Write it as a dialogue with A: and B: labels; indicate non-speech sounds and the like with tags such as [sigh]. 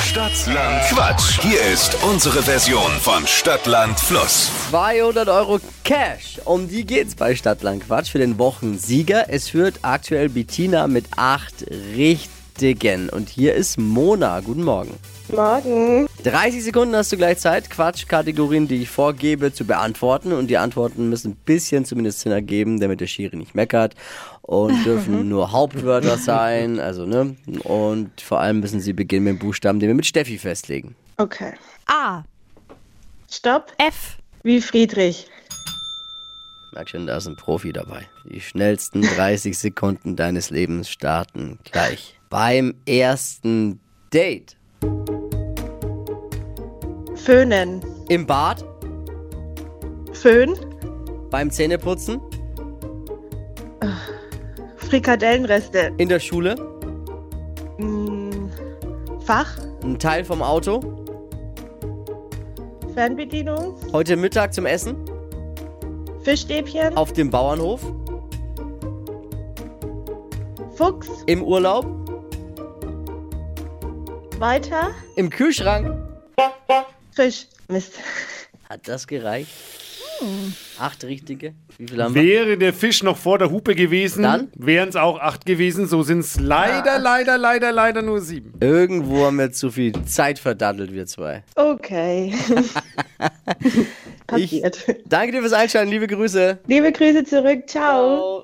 A: Stadtland Quatsch. Hier ist unsere Version von Stadtland Fluss.
B: 200 Euro Cash. Um die geht's bei Stadtland Quatsch für den Wochensieger. Es führt aktuell Bettina mit acht richtigen. Und hier ist Mona. Guten Morgen.
C: Morgen.
B: 30 Sekunden hast du gleich Zeit, Quatschkategorien, die ich vorgebe, zu beantworten. Und die Antworten müssen ein bisschen zumindest Sinn ergeben, damit der Schiri nicht meckert. Und dürfen nur Hauptwörter sein. Also, ne? Und vor allem müssen sie beginnen mit dem Buchstaben, den wir mit Steffi festlegen.
C: Okay.
D: A.
C: Stopp.
D: F.
C: Wie Friedrich.
B: Merk schon, da ist ein Profi dabei. Die schnellsten 30 Sekunden deines Lebens starten gleich. Beim ersten Date.
C: Föhnen.
B: Im Bad,
C: Föhn.
B: beim Zähneputzen,
C: Frikadellenreste.
B: in der Schule,
C: Mm, Fach.
B: ein Teil vom Auto,
C: Fernbedienung.
B: heute Mittag zum Essen,
C: Fischstäbchen.
B: auf dem Bauernhof,
C: Fuchs.
B: im Urlaub,
C: Weiter.
B: im Kühlschrank.
C: Fisch. Mist.
B: Hat das gereicht? Acht richtige? Wie viele haben wir?
E: Wäre der Fisch noch vor der Hupe gewesen,
B: Dann?
E: wären es auch acht gewesen. So sind es leider, leider, leider, leider nur sieben.
B: Irgendwo haben wir zu viel Zeit verdattelt, wir zwei.
C: Okay. [laughs]
B: Ich
C: Passiert.
B: danke dir fürs Einschalten, liebe Grüße.
C: Liebe Grüße zurück. Ciao.